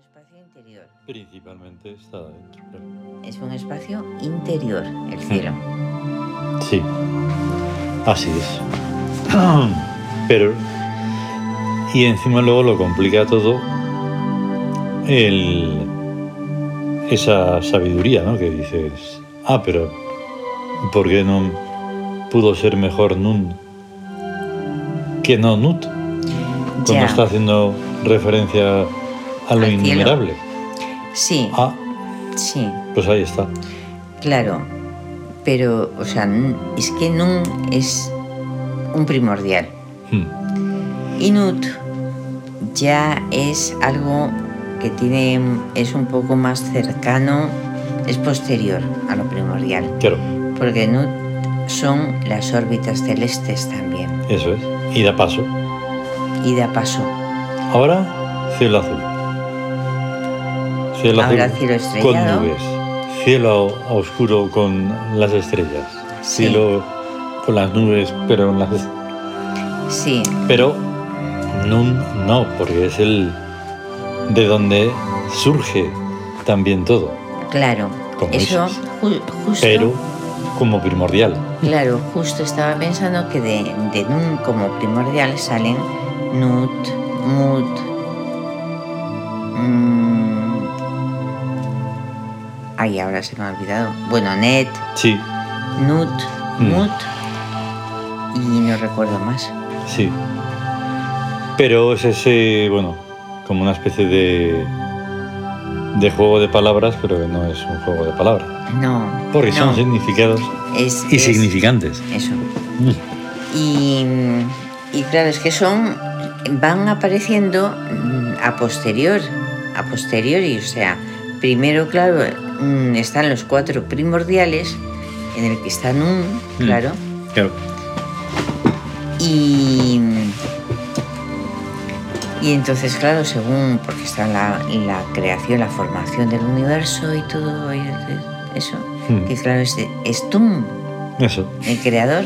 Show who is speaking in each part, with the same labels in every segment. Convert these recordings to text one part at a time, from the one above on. Speaker 1: espacio interior.
Speaker 2: Principalmente está adentro.
Speaker 1: Es un espacio interior, el cielo.
Speaker 2: Sí, así es. Pero, y encima luego lo complica todo el, esa sabiduría, ¿no? Que dices, ah, pero ¿por qué no pudo ser mejor Nun que no Nut? Cuando
Speaker 1: Ya.
Speaker 2: está haciendo referencia a lo
Speaker 1: Al cielo.
Speaker 2: innumerable.
Speaker 1: Sí,
Speaker 2: Ah,
Speaker 1: sí,
Speaker 2: pues ahí está.
Speaker 1: claro. Pero, o sea, n- es que Nun es un primordial.
Speaker 2: Hmm.
Speaker 1: Inut ya es algo que tiene, es un poco más cercano, es posterior a lo primordial.
Speaker 2: Claro,
Speaker 1: Porque Nut son las órbitas celestes también.
Speaker 2: eso es. Y da paso.
Speaker 1: Y da paso.
Speaker 2: Ahora, cielo azul. Cielo
Speaker 1: Ahora
Speaker 2: azul
Speaker 1: cielo
Speaker 2: con
Speaker 1: estrellado.
Speaker 2: nubes. Cielo oscuro con las estrellas.
Speaker 1: Sí.
Speaker 2: Cielo con las nubes, pero en las
Speaker 1: Sí,
Speaker 2: pero nun no, porque es el de donde surge también todo,
Speaker 1: claro.
Speaker 2: Como
Speaker 1: Eso
Speaker 2: dices.
Speaker 1: ju- justo.
Speaker 2: pero como primordial.
Speaker 1: Claro, justo estaba pensando que de, de Nun como primordial salen Nut, Mut, mm, ay, ahora se me ha olvidado. Bueno, Net,
Speaker 2: Sí,
Speaker 1: Nut,
Speaker 2: Mm.
Speaker 1: Mut y no recuerdo más.
Speaker 2: sí. Pero es ese, bueno, como una especie de de juego de palabras, pero que no es un juego de palabras.
Speaker 1: No,
Speaker 2: Porque
Speaker 1: no,
Speaker 2: son significados Mm.
Speaker 1: es,
Speaker 2: y
Speaker 1: es
Speaker 2: significantes.
Speaker 1: Eso. Y, y claro, es que son. van apareciendo mm, a posterior, a posteriori. O sea, primero, claro, mm, están los cuatro primordiales, en el que están un,
Speaker 2: Mm.
Speaker 1: claro.
Speaker 2: Claro.
Speaker 1: Y. Y entonces, claro, según, porque está la, la creación, la formación del universo y todo y eso,
Speaker 2: Mm.
Speaker 1: que claro, es, de- es Tum,
Speaker 2: Eso.
Speaker 1: el creador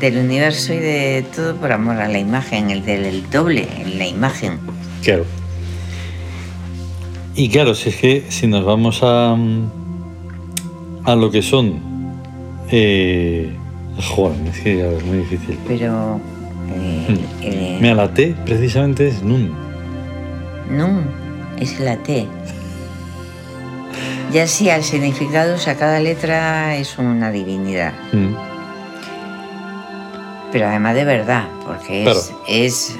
Speaker 1: del universo y de todo por amor a la imagen, el del el doble, en la imagen.
Speaker 2: Claro. Y claro, si es que si nos vamos a, mm, a lo que son. Eh, joder, es que ya es muy difícil.
Speaker 1: Pero. eh, el-
Speaker 2: Mm. Mira, la T precisamente es Nun.
Speaker 1: Nun es la T. Ya sea el significado, o sea, cada letra es una divinidad.
Speaker 2: Mm,
Speaker 1: Pero además de verdad, porque es,
Speaker 2: Claro.
Speaker 1: es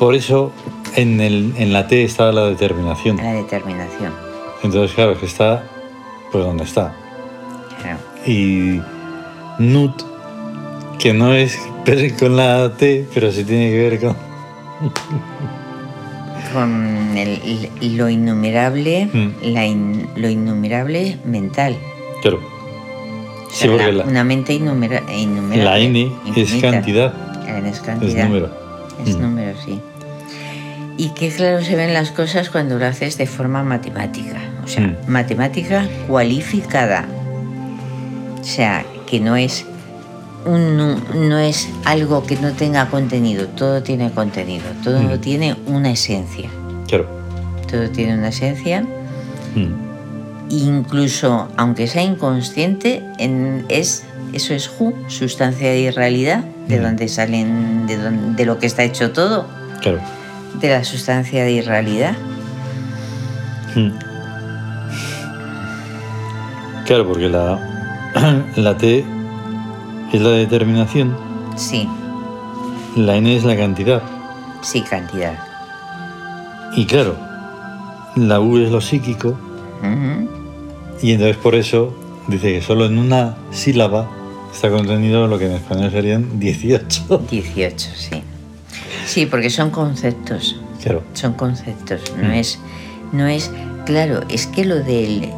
Speaker 2: Por eso en, el, en la T está la determinación.
Speaker 1: la determinación.
Speaker 2: Entonces, claro, es que está pues donde está.
Speaker 1: Claro.
Speaker 2: Y Nut, que no es con la T, pero sí tiene que ver con.
Speaker 1: Con el- lo innumerable,
Speaker 2: Mm.
Speaker 1: la in- lo innumerable mental.
Speaker 2: Claro.
Speaker 1: O
Speaker 2: Sí,
Speaker 1: sea,
Speaker 2: porque
Speaker 1: la-
Speaker 2: la,
Speaker 1: una mente innumera- innumerable.
Speaker 2: la N es
Speaker 1: infinita.
Speaker 2: cantidad,
Speaker 1: La N es
Speaker 2: es
Speaker 1: cantidad.
Speaker 2: número.
Speaker 1: Es
Speaker 2: Mm.
Speaker 1: número, sí. Y qué claro se ven las cosas cuando lo haces de forma matemática. O sea,
Speaker 2: Mm.
Speaker 1: matemática cualificada. O sea, que no es un nu- no es algo que no tenga contenido, todo tiene contenido, todo
Speaker 2: Mm.
Speaker 1: tiene una esencia.
Speaker 2: Claro.
Speaker 1: Todo tiene una esencia.
Speaker 2: Mm.
Speaker 1: Incluso aunque sea inconsciente, en- es eso es ju, sustancia y realidad, de
Speaker 2: Mm.
Speaker 1: donde salen, de, don- de lo que está hecho todo
Speaker 2: Claro.
Speaker 1: de la sustancia de irrealidad.
Speaker 2: Mm. Claro, porque la, la T es la determinación,
Speaker 1: Sí,
Speaker 2: la N es la cantidad.
Speaker 1: sí, cantidad.
Speaker 2: Y claro, la U es lo psíquico,
Speaker 1: Ujú,
Speaker 2: y entonces por eso dice que solo en una sílaba está contenido lo que en español serían 18.
Speaker 1: 18, sí. Sí, porque son conceptos,
Speaker 2: Claro.
Speaker 1: son conceptos. No
Speaker 2: Mm.
Speaker 1: es, no es, claro, es que lo del...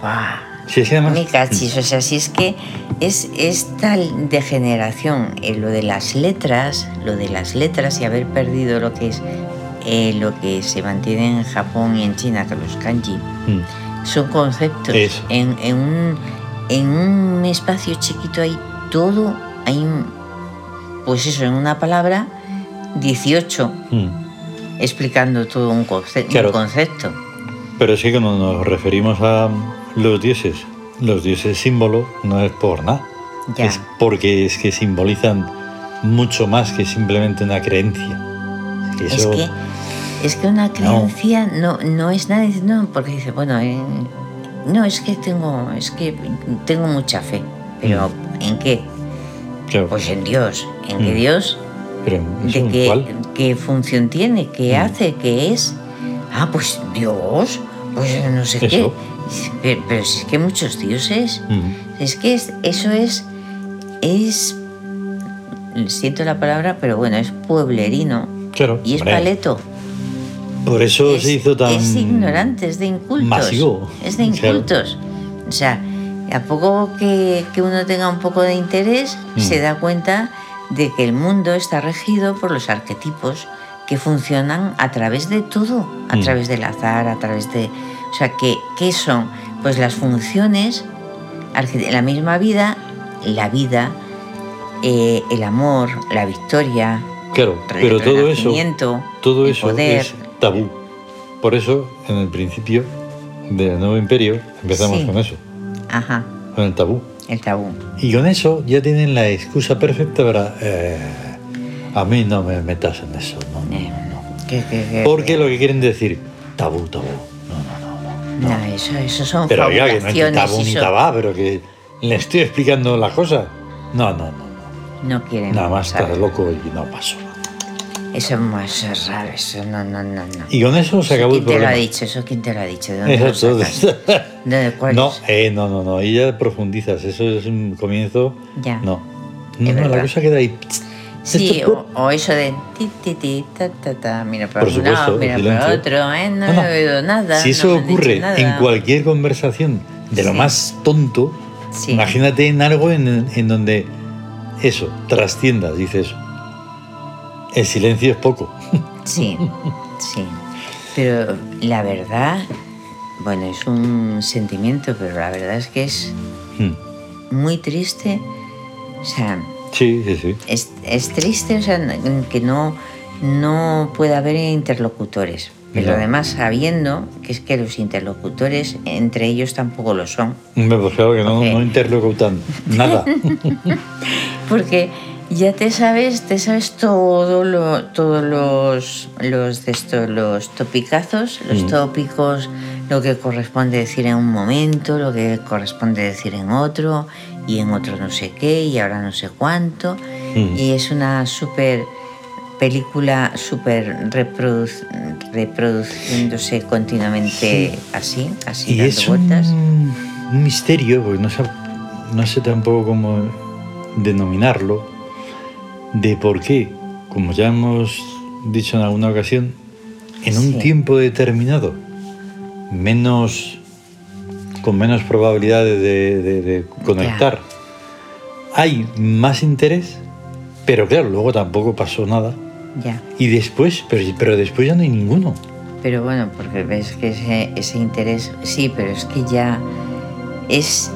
Speaker 1: ¡Buah!
Speaker 2: Si es que además-
Speaker 1: Me cachis, o sea, si es que es, es tal degeneración eh, lo de las letras, lo de las letras y haber perdido lo que es eh, lo que se mantiene en Japón y en China, que los kanji,
Speaker 2: Mm.
Speaker 1: son conceptos.
Speaker 2: Eso.
Speaker 1: En, en un, en un espacio chiquito hay todo, hay, un- pues eso, en una palabra, 18,
Speaker 2: Mm.
Speaker 1: explicando todo un, conce- un
Speaker 2: Claro.
Speaker 1: concepto.
Speaker 2: Pero es que cuando nos referimos a los dioses, los dioses símbolo no es por nada.
Speaker 1: Ya.
Speaker 2: Es porque es que simbolizan mucho más que simplemente una creencia. Es que
Speaker 1: Es
Speaker 2: eso-
Speaker 1: que, es que una creencia no, no es nada, dice, no, porque dice, bueno, eh, no, es que tengo, es que tengo mucha fe. Pero ¿en qué?
Speaker 2: claro,
Speaker 1: Pues en Dios. ¿En qué
Speaker 2: Mm.
Speaker 1: Dios?
Speaker 2: pero eso
Speaker 1: ¿De
Speaker 2: en
Speaker 1: qué,
Speaker 2: cuál? Mm.
Speaker 1: qué función tiene? ¿Qué hace? ¿Qué es? Ah, pues Dios, pues no sé
Speaker 2: Eso.
Speaker 1: qué. Pero, pero si es que muchos dioses.
Speaker 2: Mm,
Speaker 1: Es que es- eso es, es, siento la palabra, pero bueno, es pueblerino
Speaker 2: claro,
Speaker 1: y es
Speaker 2: hombre,
Speaker 1: paleto.
Speaker 2: Por eso
Speaker 1: es,
Speaker 2: se hizo tan.
Speaker 1: es ignorante, es de incultos.
Speaker 2: masivo.
Speaker 1: Es de
Speaker 2: Claro.
Speaker 1: incultos. O sea, a poco que, que uno tenga un poco de interés,
Speaker 2: Mm.
Speaker 1: se da cuenta de que el mundo está regido por los arquetipos que funcionan a través de todo, a
Speaker 2: Mm.
Speaker 1: través del azar, a través de... O sea, que, ¿qué son? Pues las funciones, arque- la misma vida, la vida, eh, el amor, la victoria,
Speaker 2: Claro,
Speaker 1: el
Speaker 2: pero todo eso,
Speaker 1: renacimiento,
Speaker 2: todo
Speaker 1: el
Speaker 2: eso
Speaker 1: poder.
Speaker 2: es tabú. Por eso, en el principio del nuevo imperio, empezamos
Speaker 1: Sí.
Speaker 2: con eso,
Speaker 1: Ajá,
Speaker 2: con el tabú.
Speaker 1: el tabú.
Speaker 2: Y con eso ya tienen la excusa perfecta para... eh, a mí no me metas en eso, no,
Speaker 1: Eh,
Speaker 2: no, no, no.
Speaker 1: Que- que- que-
Speaker 2: Porque lo que quieren decir, tabú, tabú. No, no, no. no.
Speaker 1: No, eso, eso son
Speaker 2: Pero oiga, que no es ni
Speaker 1: fabulaciones,
Speaker 2: tabú ni
Speaker 1: eso-
Speaker 2: tabá, pero que le estoy explicando la cosa. No, no, no. no.
Speaker 1: No quieren.
Speaker 2: Nada más estás
Speaker 1: saber.
Speaker 2: loco y no pasó.
Speaker 1: Eso es más raro, eso no, no, no, no.
Speaker 2: Y con eso se acabó el
Speaker 1: ¿Quién te lo ha
Speaker 2: problema.
Speaker 1: dicho? ¿Eso quién te lo ha dicho? ¿De dónde lo
Speaker 2: Eso
Speaker 1: sacas? ¿De cuál
Speaker 2: No,
Speaker 1: es?
Speaker 2: eh, no, no, no. Ahí ya profundizas. Eso es un comienzo.
Speaker 1: Ya.
Speaker 2: No. No,
Speaker 1: Es
Speaker 2: no, la
Speaker 1: verdad.
Speaker 2: cosa queda ahí.
Speaker 1: Sí,
Speaker 2: Esto-
Speaker 1: o, o eso de ti, ti, ti, ta, ta, ta, mira para
Speaker 2: Por
Speaker 1: un
Speaker 2: supuesto,
Speaker 1: lado,
Speaker 2: el
Speaker 1: mira para
Speaker 2: silencio.
Speaker 1: otro, ¿eh? No,
Speaker 2: No, no.
Speaker 1: he oído nada.
Speaker 2: Si
Speaker 1: no
Speaker 2: eso
Speaker 1: me han dicho
Speaker 2: ocurre
Speaker 1: nada.
Speaker 2: en cualquier conversación de lo
Speaker 1: Sí.
Speaker 2: más tonto,
Speaker 1: Sí.
Speaker 2: imagínate en algo en, en donde eso trascienda, dices. El silencio es poco.
Speaker 1: Sí, sí. Pero la verdad, bueno, es un sentimiento, pero la verdad es que es
Speaker 2: Mm.
Speaker 1: muy triste. O sea,
Speaker 2: Sí, sí, sí.
Speaker 1: es, es triste o sea, n- que no, no pueda haber interlocutores. Pero
Speaker 2: Ya.
Speaker 1: además sabiendo que es que los interlocutores entre ellos tampoco lo son.
Speaker 2: Me pues claro que no,
Speaker 1: Ok.
Speaker 2: no interlocutan nada.
Speaker 1: Porque ya te sabes, te sabes todo lo, todos los, los, de esto, los topicazos, los
Speaker 2: Mm.
Speaker 1: tópicos, lo que corresponde decir en un momento, lo que corresponde decir en otro, y en otro no sé qué, y ahora no sé cuánto.
Speaker 2: Mm.
Speaker 1: Y es una súper película, súper reproduc- reproduciéndose continuamente así, así
Speaker 2: Y
Speaker 1: dando
Speaker 2: es un,
Speaker 1: vueltas.
Speaker 2: un misterio, porque no sé, no sé tampoco cómo denominarlo, de por qué, como ya hemos dicho en alguna ocasión, en un
Speaker 1: Sí.
Speaker 2: tiempo determinado, menos con menos probabilidades de, de- de conectar, hay más interés, pero claro, luego tampoco pasó nada.
Speaker 1: Ya.
Speaker 2: Y después, pero, pero después ya no hay ninguno.
Speaker 1: Pero bueno, porque ves que ese, ese interés, sí, pero es que ya es,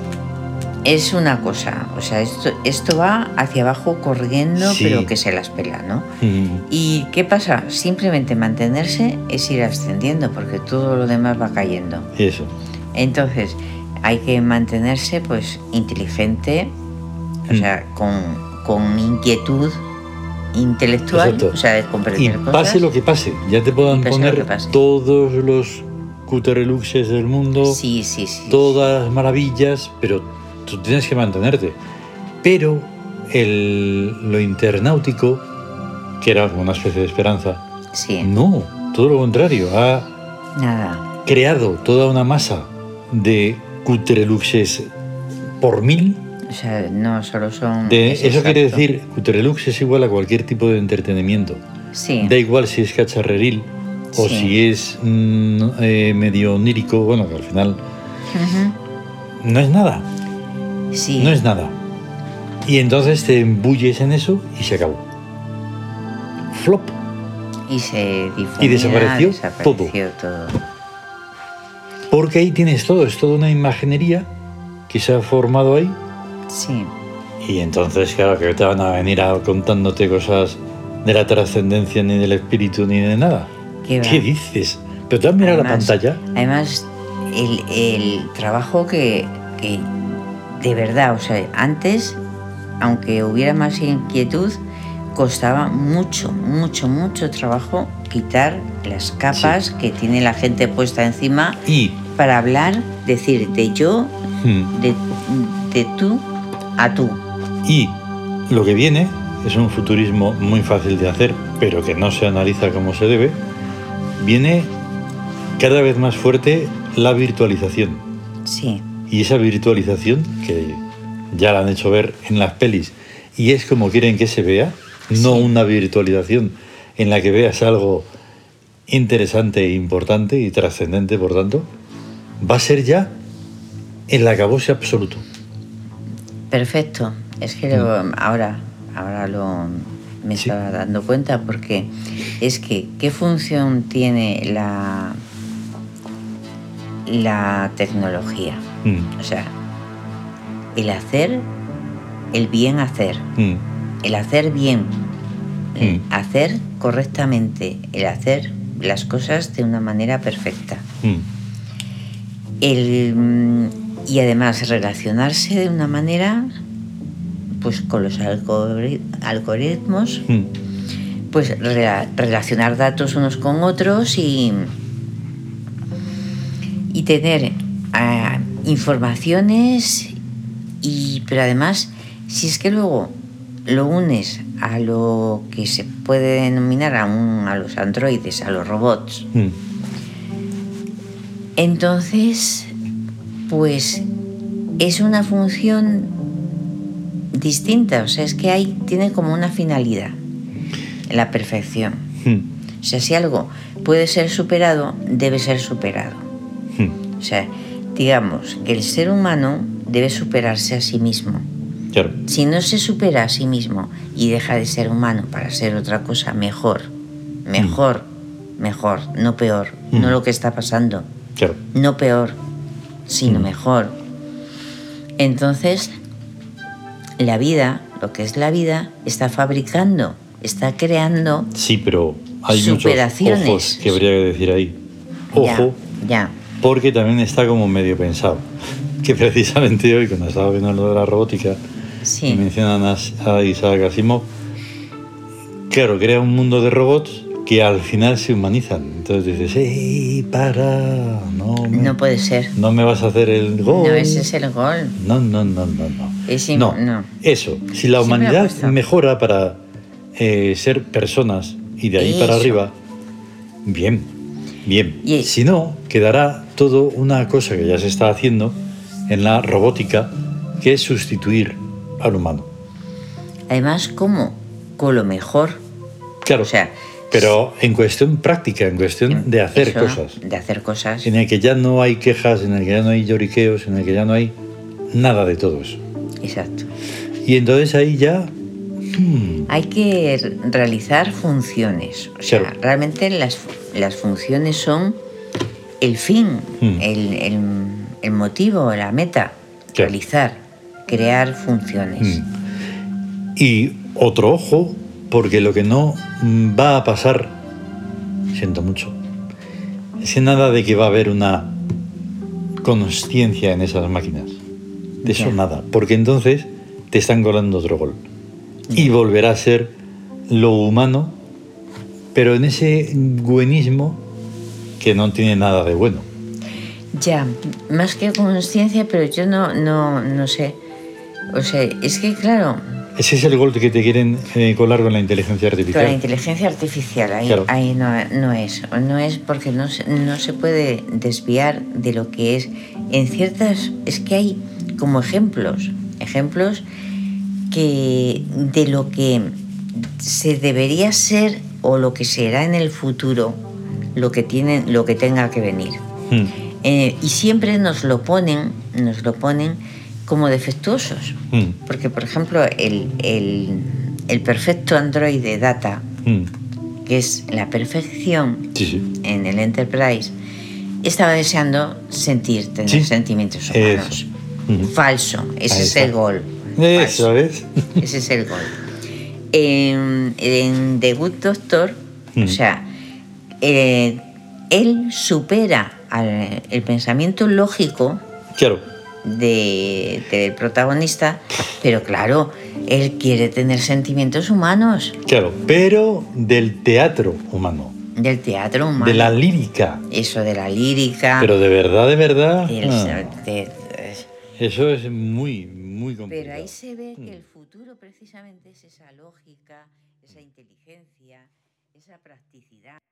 Speaker 1: es una cosa, o sea, esto, esto va hacia abajo corriendo,
Speaker 2: Sí.
Speaker 1: pero que se las pela, ¿no?
Speaker 2: Mm.
Speaker 1: ¿Y qué pasa? Simplemente mantenerse es ir ascendiendo, porque todo lo demás va cayendo.
Speaker 2: Y eso.
Speaker 1: Entonces, hay que mantenerse pues inteligente, o
Speaker 2: Mm.
Speaker 1: sea, con, con inquietud intelectual,
Speaker 2: Exacto.
Speaker 1: o sea, de
Speaker 2: Y
Speaker 1: comprender cosas.
Speaker 2: pase lo que pase, ya te puedan
Speaker 1: Y pase lo que
Speaker 2: poner
Speaker 1: pase.
Speaker 2: todos los cuterreluxes del mundo,
Speaker 1: Sí, sí, sí.
Speaker 2: todas las maravillas, pero tú tienes que mantenerte. Pero el, lo internáutico, que era como una especie de esperanza,
Speaker 1: Sí,
Speaker 2: no, todo lo contrario, ha
Speaker 1: nada.
Speaker 2: creado toda una masa de cuterreluxes por mil.
Speaker 1: O sea, no solo son.
Speaker 2: De,
Speaker 1: es
Speaker 2: eso quiere
Speaker 1: exacto.
Speaker 2: decir, cuterelux es igual a cualquier tipo de entretenimiento.
Speaker 1: Sí.
Speaker 2: Da igual si es cacharreril o
Speaker 1: Sí.
Speaker 2: si es mm, eh, medio onírico, bueno, que al final
Speaker 1: Ujú.
Speaker 2: no es nada,
Speaker 1: Sí.
Speaker 2: no es nada. Y entonces te embulles en eso y se acabó. Flop.
Speaker 1: Y se difundió.
Speaker 2: desapareció
Speaker 1: todo.
Speaker 2: Porque ahí tienes todo, es toda una imaginería que se ha formado ahí.
Speaker 1: Sí.
Speaker 2: Y entonces, claro, que te van a venir a contándote cosas de la trascendencia, ni del espíritu, ni de nada.
Speaker 1: Qué va.
Speaker 2: ¿Qué dices? Pero te has mirado la
Speaker 1: Además-
Speaker 2: pantalla.
Speaker 1: Además, el, el trabajo que, que de verdad, o sea, antes, aunque hubiera más inquietud, costaba mucho, mucho, mucho trabajo quitar las capas que tiene la gente puesta encima
Speaker 2: Y
Speaker 1: para hablar, decir de yo,
Speaker 2: mm,
Speaker 1: de, de tú a tú.
Speaker 2: Y lo que viene es un futurismo muy fácil de hacer, pero que no se analiza como se debe. Viene cada vez más fuerte la virtualización.
Speaker 1: Sí,
Speaker 2: Y esa virtualización, que ya la han hecho ver en las pelis, y es como quieren que se vea, no
Speaker 1: Sí.
Speaker 2: una virtualización en la que veas algo interesante e importante y trascendente, por tanto, va a ser ya el acabose absoluto.
Speaker 1: perfecto. Es que lo- ahora, ahora lo me
Speaker 2: Sí.
Speaker 1: estaba dando cuenta porque es que qué función tiene la la tecnología,
Speaker 2: Mm,
Speaker 1: o sea, el hacer, el bien hacer,
Speaker 2: mm,
Speaker 1: el hacer bien, el
Speaker 2: Mm.
Speaker 1: hacer correctamente, el hacer las cosas de una manera perfecta.
Speaker 2: mm.
Speaker 1: El, mm, y además relacionarse de una manera, pues con los algori- algoritmos,
Speaker 2: Mm,
Speaker 1: pues rela- relacionar datos unos con otros y, y tener ah, informaciones, y, pero además, si es que luego lo unes a lo que se puede denominar a, un- a los androides, a los robots,
Speaker 2: mm.
Speaker 1: entonces, pues es una función distinta, o sea, es que hay, tiene como una finalidad, la perfección.
Speaker 2: Hmm,
Speaker 1: O sea, si algo puede ser superado, debe ser superado.
Speaker 2: hmm,
Speaker 1: O sea, digamos que el ser humano debe superarse a sí mismo.
Speaker 2: Claro.
Speaker 1: Si no se supera a sí mismo y deja de ser humano para ser otra cosa mejor, mejor, mejor, no peor, no
Speaker 2: Mm.
Speaker 1: lo que está pasando,
Speaker 2: Claro.
Speaker 1: no peor, sino
Speaker 2: Mm.
Speaker 1: mejor. Entonces, la vida, lo que es la vida, está fabricando, está creando.
Speaker 2: Sí, pero hay muchos
Speaker 1: Superaciones.
Speaker 2: ojos que habría que decir ahí. Ojo,
Speaker 1: Ya,
Speaker 2: porque también está como medio pensado. Que precisamente hoy, cuando estaba viendo lo de la robótica,
Speaker 1: ya,
Speaker 2: y
Speaker 1: sí,
Speaker 2: mencionan a, a Isaac Asimov, claro, crea un mundo de robots que al final se humanizan. Entonces dices, ¡Ey, para! No me,
Speaker 1: no puede ser.
Speaker 2: no me vas a hacer el gol.
Speaker 1: No, ese es el gol.
Speaker 2: No, no, no, no, no.
Speaker 1: Es im-
Speaker 2: no.
Speaker 1: no.
Speaker 2: Eso, si la
Speaker 1: Siempre
Speaker 2: humanidad
Speaker 1: apuesta.
Speaker 2: mejora para eh, ser personas y de ahí para
Speaker 1: Eso.
Speaker 2: arriba, bien, bien.
Speaker 1: Y-
Speaker 2: Si no, quedará todo una cosa que ya se está haciendo en la robótica, que es sustituir al humano.
Speaker 1: Además, ¿cómo? Con lo mejor.
Speaker 2: Claro,
Speaker 1: O sea, Em,
Speaker 2: pero en cuestión práctica, en cuestión de hacer
Speaker 1: eso,
Speaker 2: cosas,
Speaker 1: De hacer cosas.
Speaker 2: en el que ya no hay quejas, en el que ya no hay lloriqueos, en el que ya no hay nada de todo eso.
Speaker 1: Exacto.
Speaker 2: Y entonces ahí ya... hmm,
Speaker 1: Hay que re- realizar funciones. O sea,
Speaker 2: Claro.
Speaker 1: realmente las, fu- las funciones son el fin,
Speaker 2: Mm.
Speaker 1: el, el- el motivo, la meta.
Speaker 2: Claro.
Speaker 1: Realizar, crear funciones.
Speaker 2: Mm. Y otro ojo, porque lo que no mm, va a pasar, siento mucho, es que nada de que va a haber una conciencia en esas máquinas. De eso
Speaker 1: Ya.
Speaker 2: nada, porque entonces te están colando otro gol. Y volverá a ser lo humano, pero en ese buenismo que no tiene nada de bueno.
Speaker 1: Ya, más que conciencia, pero yo no, no, no sé. O sea, es que claro,
Speaker 2: Ese es el gol que te quieren eh, colar con la inteligencia
Speaker 1: con la
Speaker 2: artificial.
Speaker 1: inteligencia artificial ahí,
Speaker 2: Claro.
Speaker 1: ahí no, no es. No es porque no se, no se puede desviar de lo que es. En ciertas. Es que hay como ejemplos. Ejemplos que de lo que se debería ser o lo que será en el futuro lo que tienen lo que tenga que venir
Speaker 2: Mm.
Speaker 1: Eh, y siempre nos lo ponen nos lo ponen como defectuosos
Speaker 2: Mm.
Speaker 1: porque por ejemplo el, el, el perfecto androide data
Speaker 2: Mm.
Speaker 1: que es la perfección
Speaker 2: Sí, sí.
Speaker 1: en el Enterprise, estaba deseando sentir, tener
Speaker 2: Sí.
Speaker 1: sentimientos
Speaker 2: Eso.
Speaker 1: humanos.
Speaker 2: Ujú.
Speaker 1: Falso, ese
Speaker 2: Ahí
Speaker 1: es
Speaker 2: está.
Speaker 1: el gol.
Speaker 2: Eso
Speaker 1: Falso.
Speaker 2: es.
Speaker 1: Ese es el gol. En, en The Good Doctor, o
Speaker 2: Ujú.
Speaker 1: sea, eh, él supera al, el pensamiento lógico
Speaker 2: Claro,
Speaker 1: de, del protagonista, pero claro, él quiere tener sentimientos humanos,
Speaker 2: claro, pero del teatro humano,
Speaker 1: del teatro humano.
Speaker 2: de la lírica.
Speaker 1: Eso de la lírica.
Speaker 2: Pero de verdad, de verdad.
Speaker 1: del-
Speaker 2: ah,
Speaker 1: de-
Speaker 2: Eso es muy, muy complicado. Mm.
Speaker 1: pero ahí se ve que el futuro precisamente es esa lógica, esa inteligencia, esa practicidad.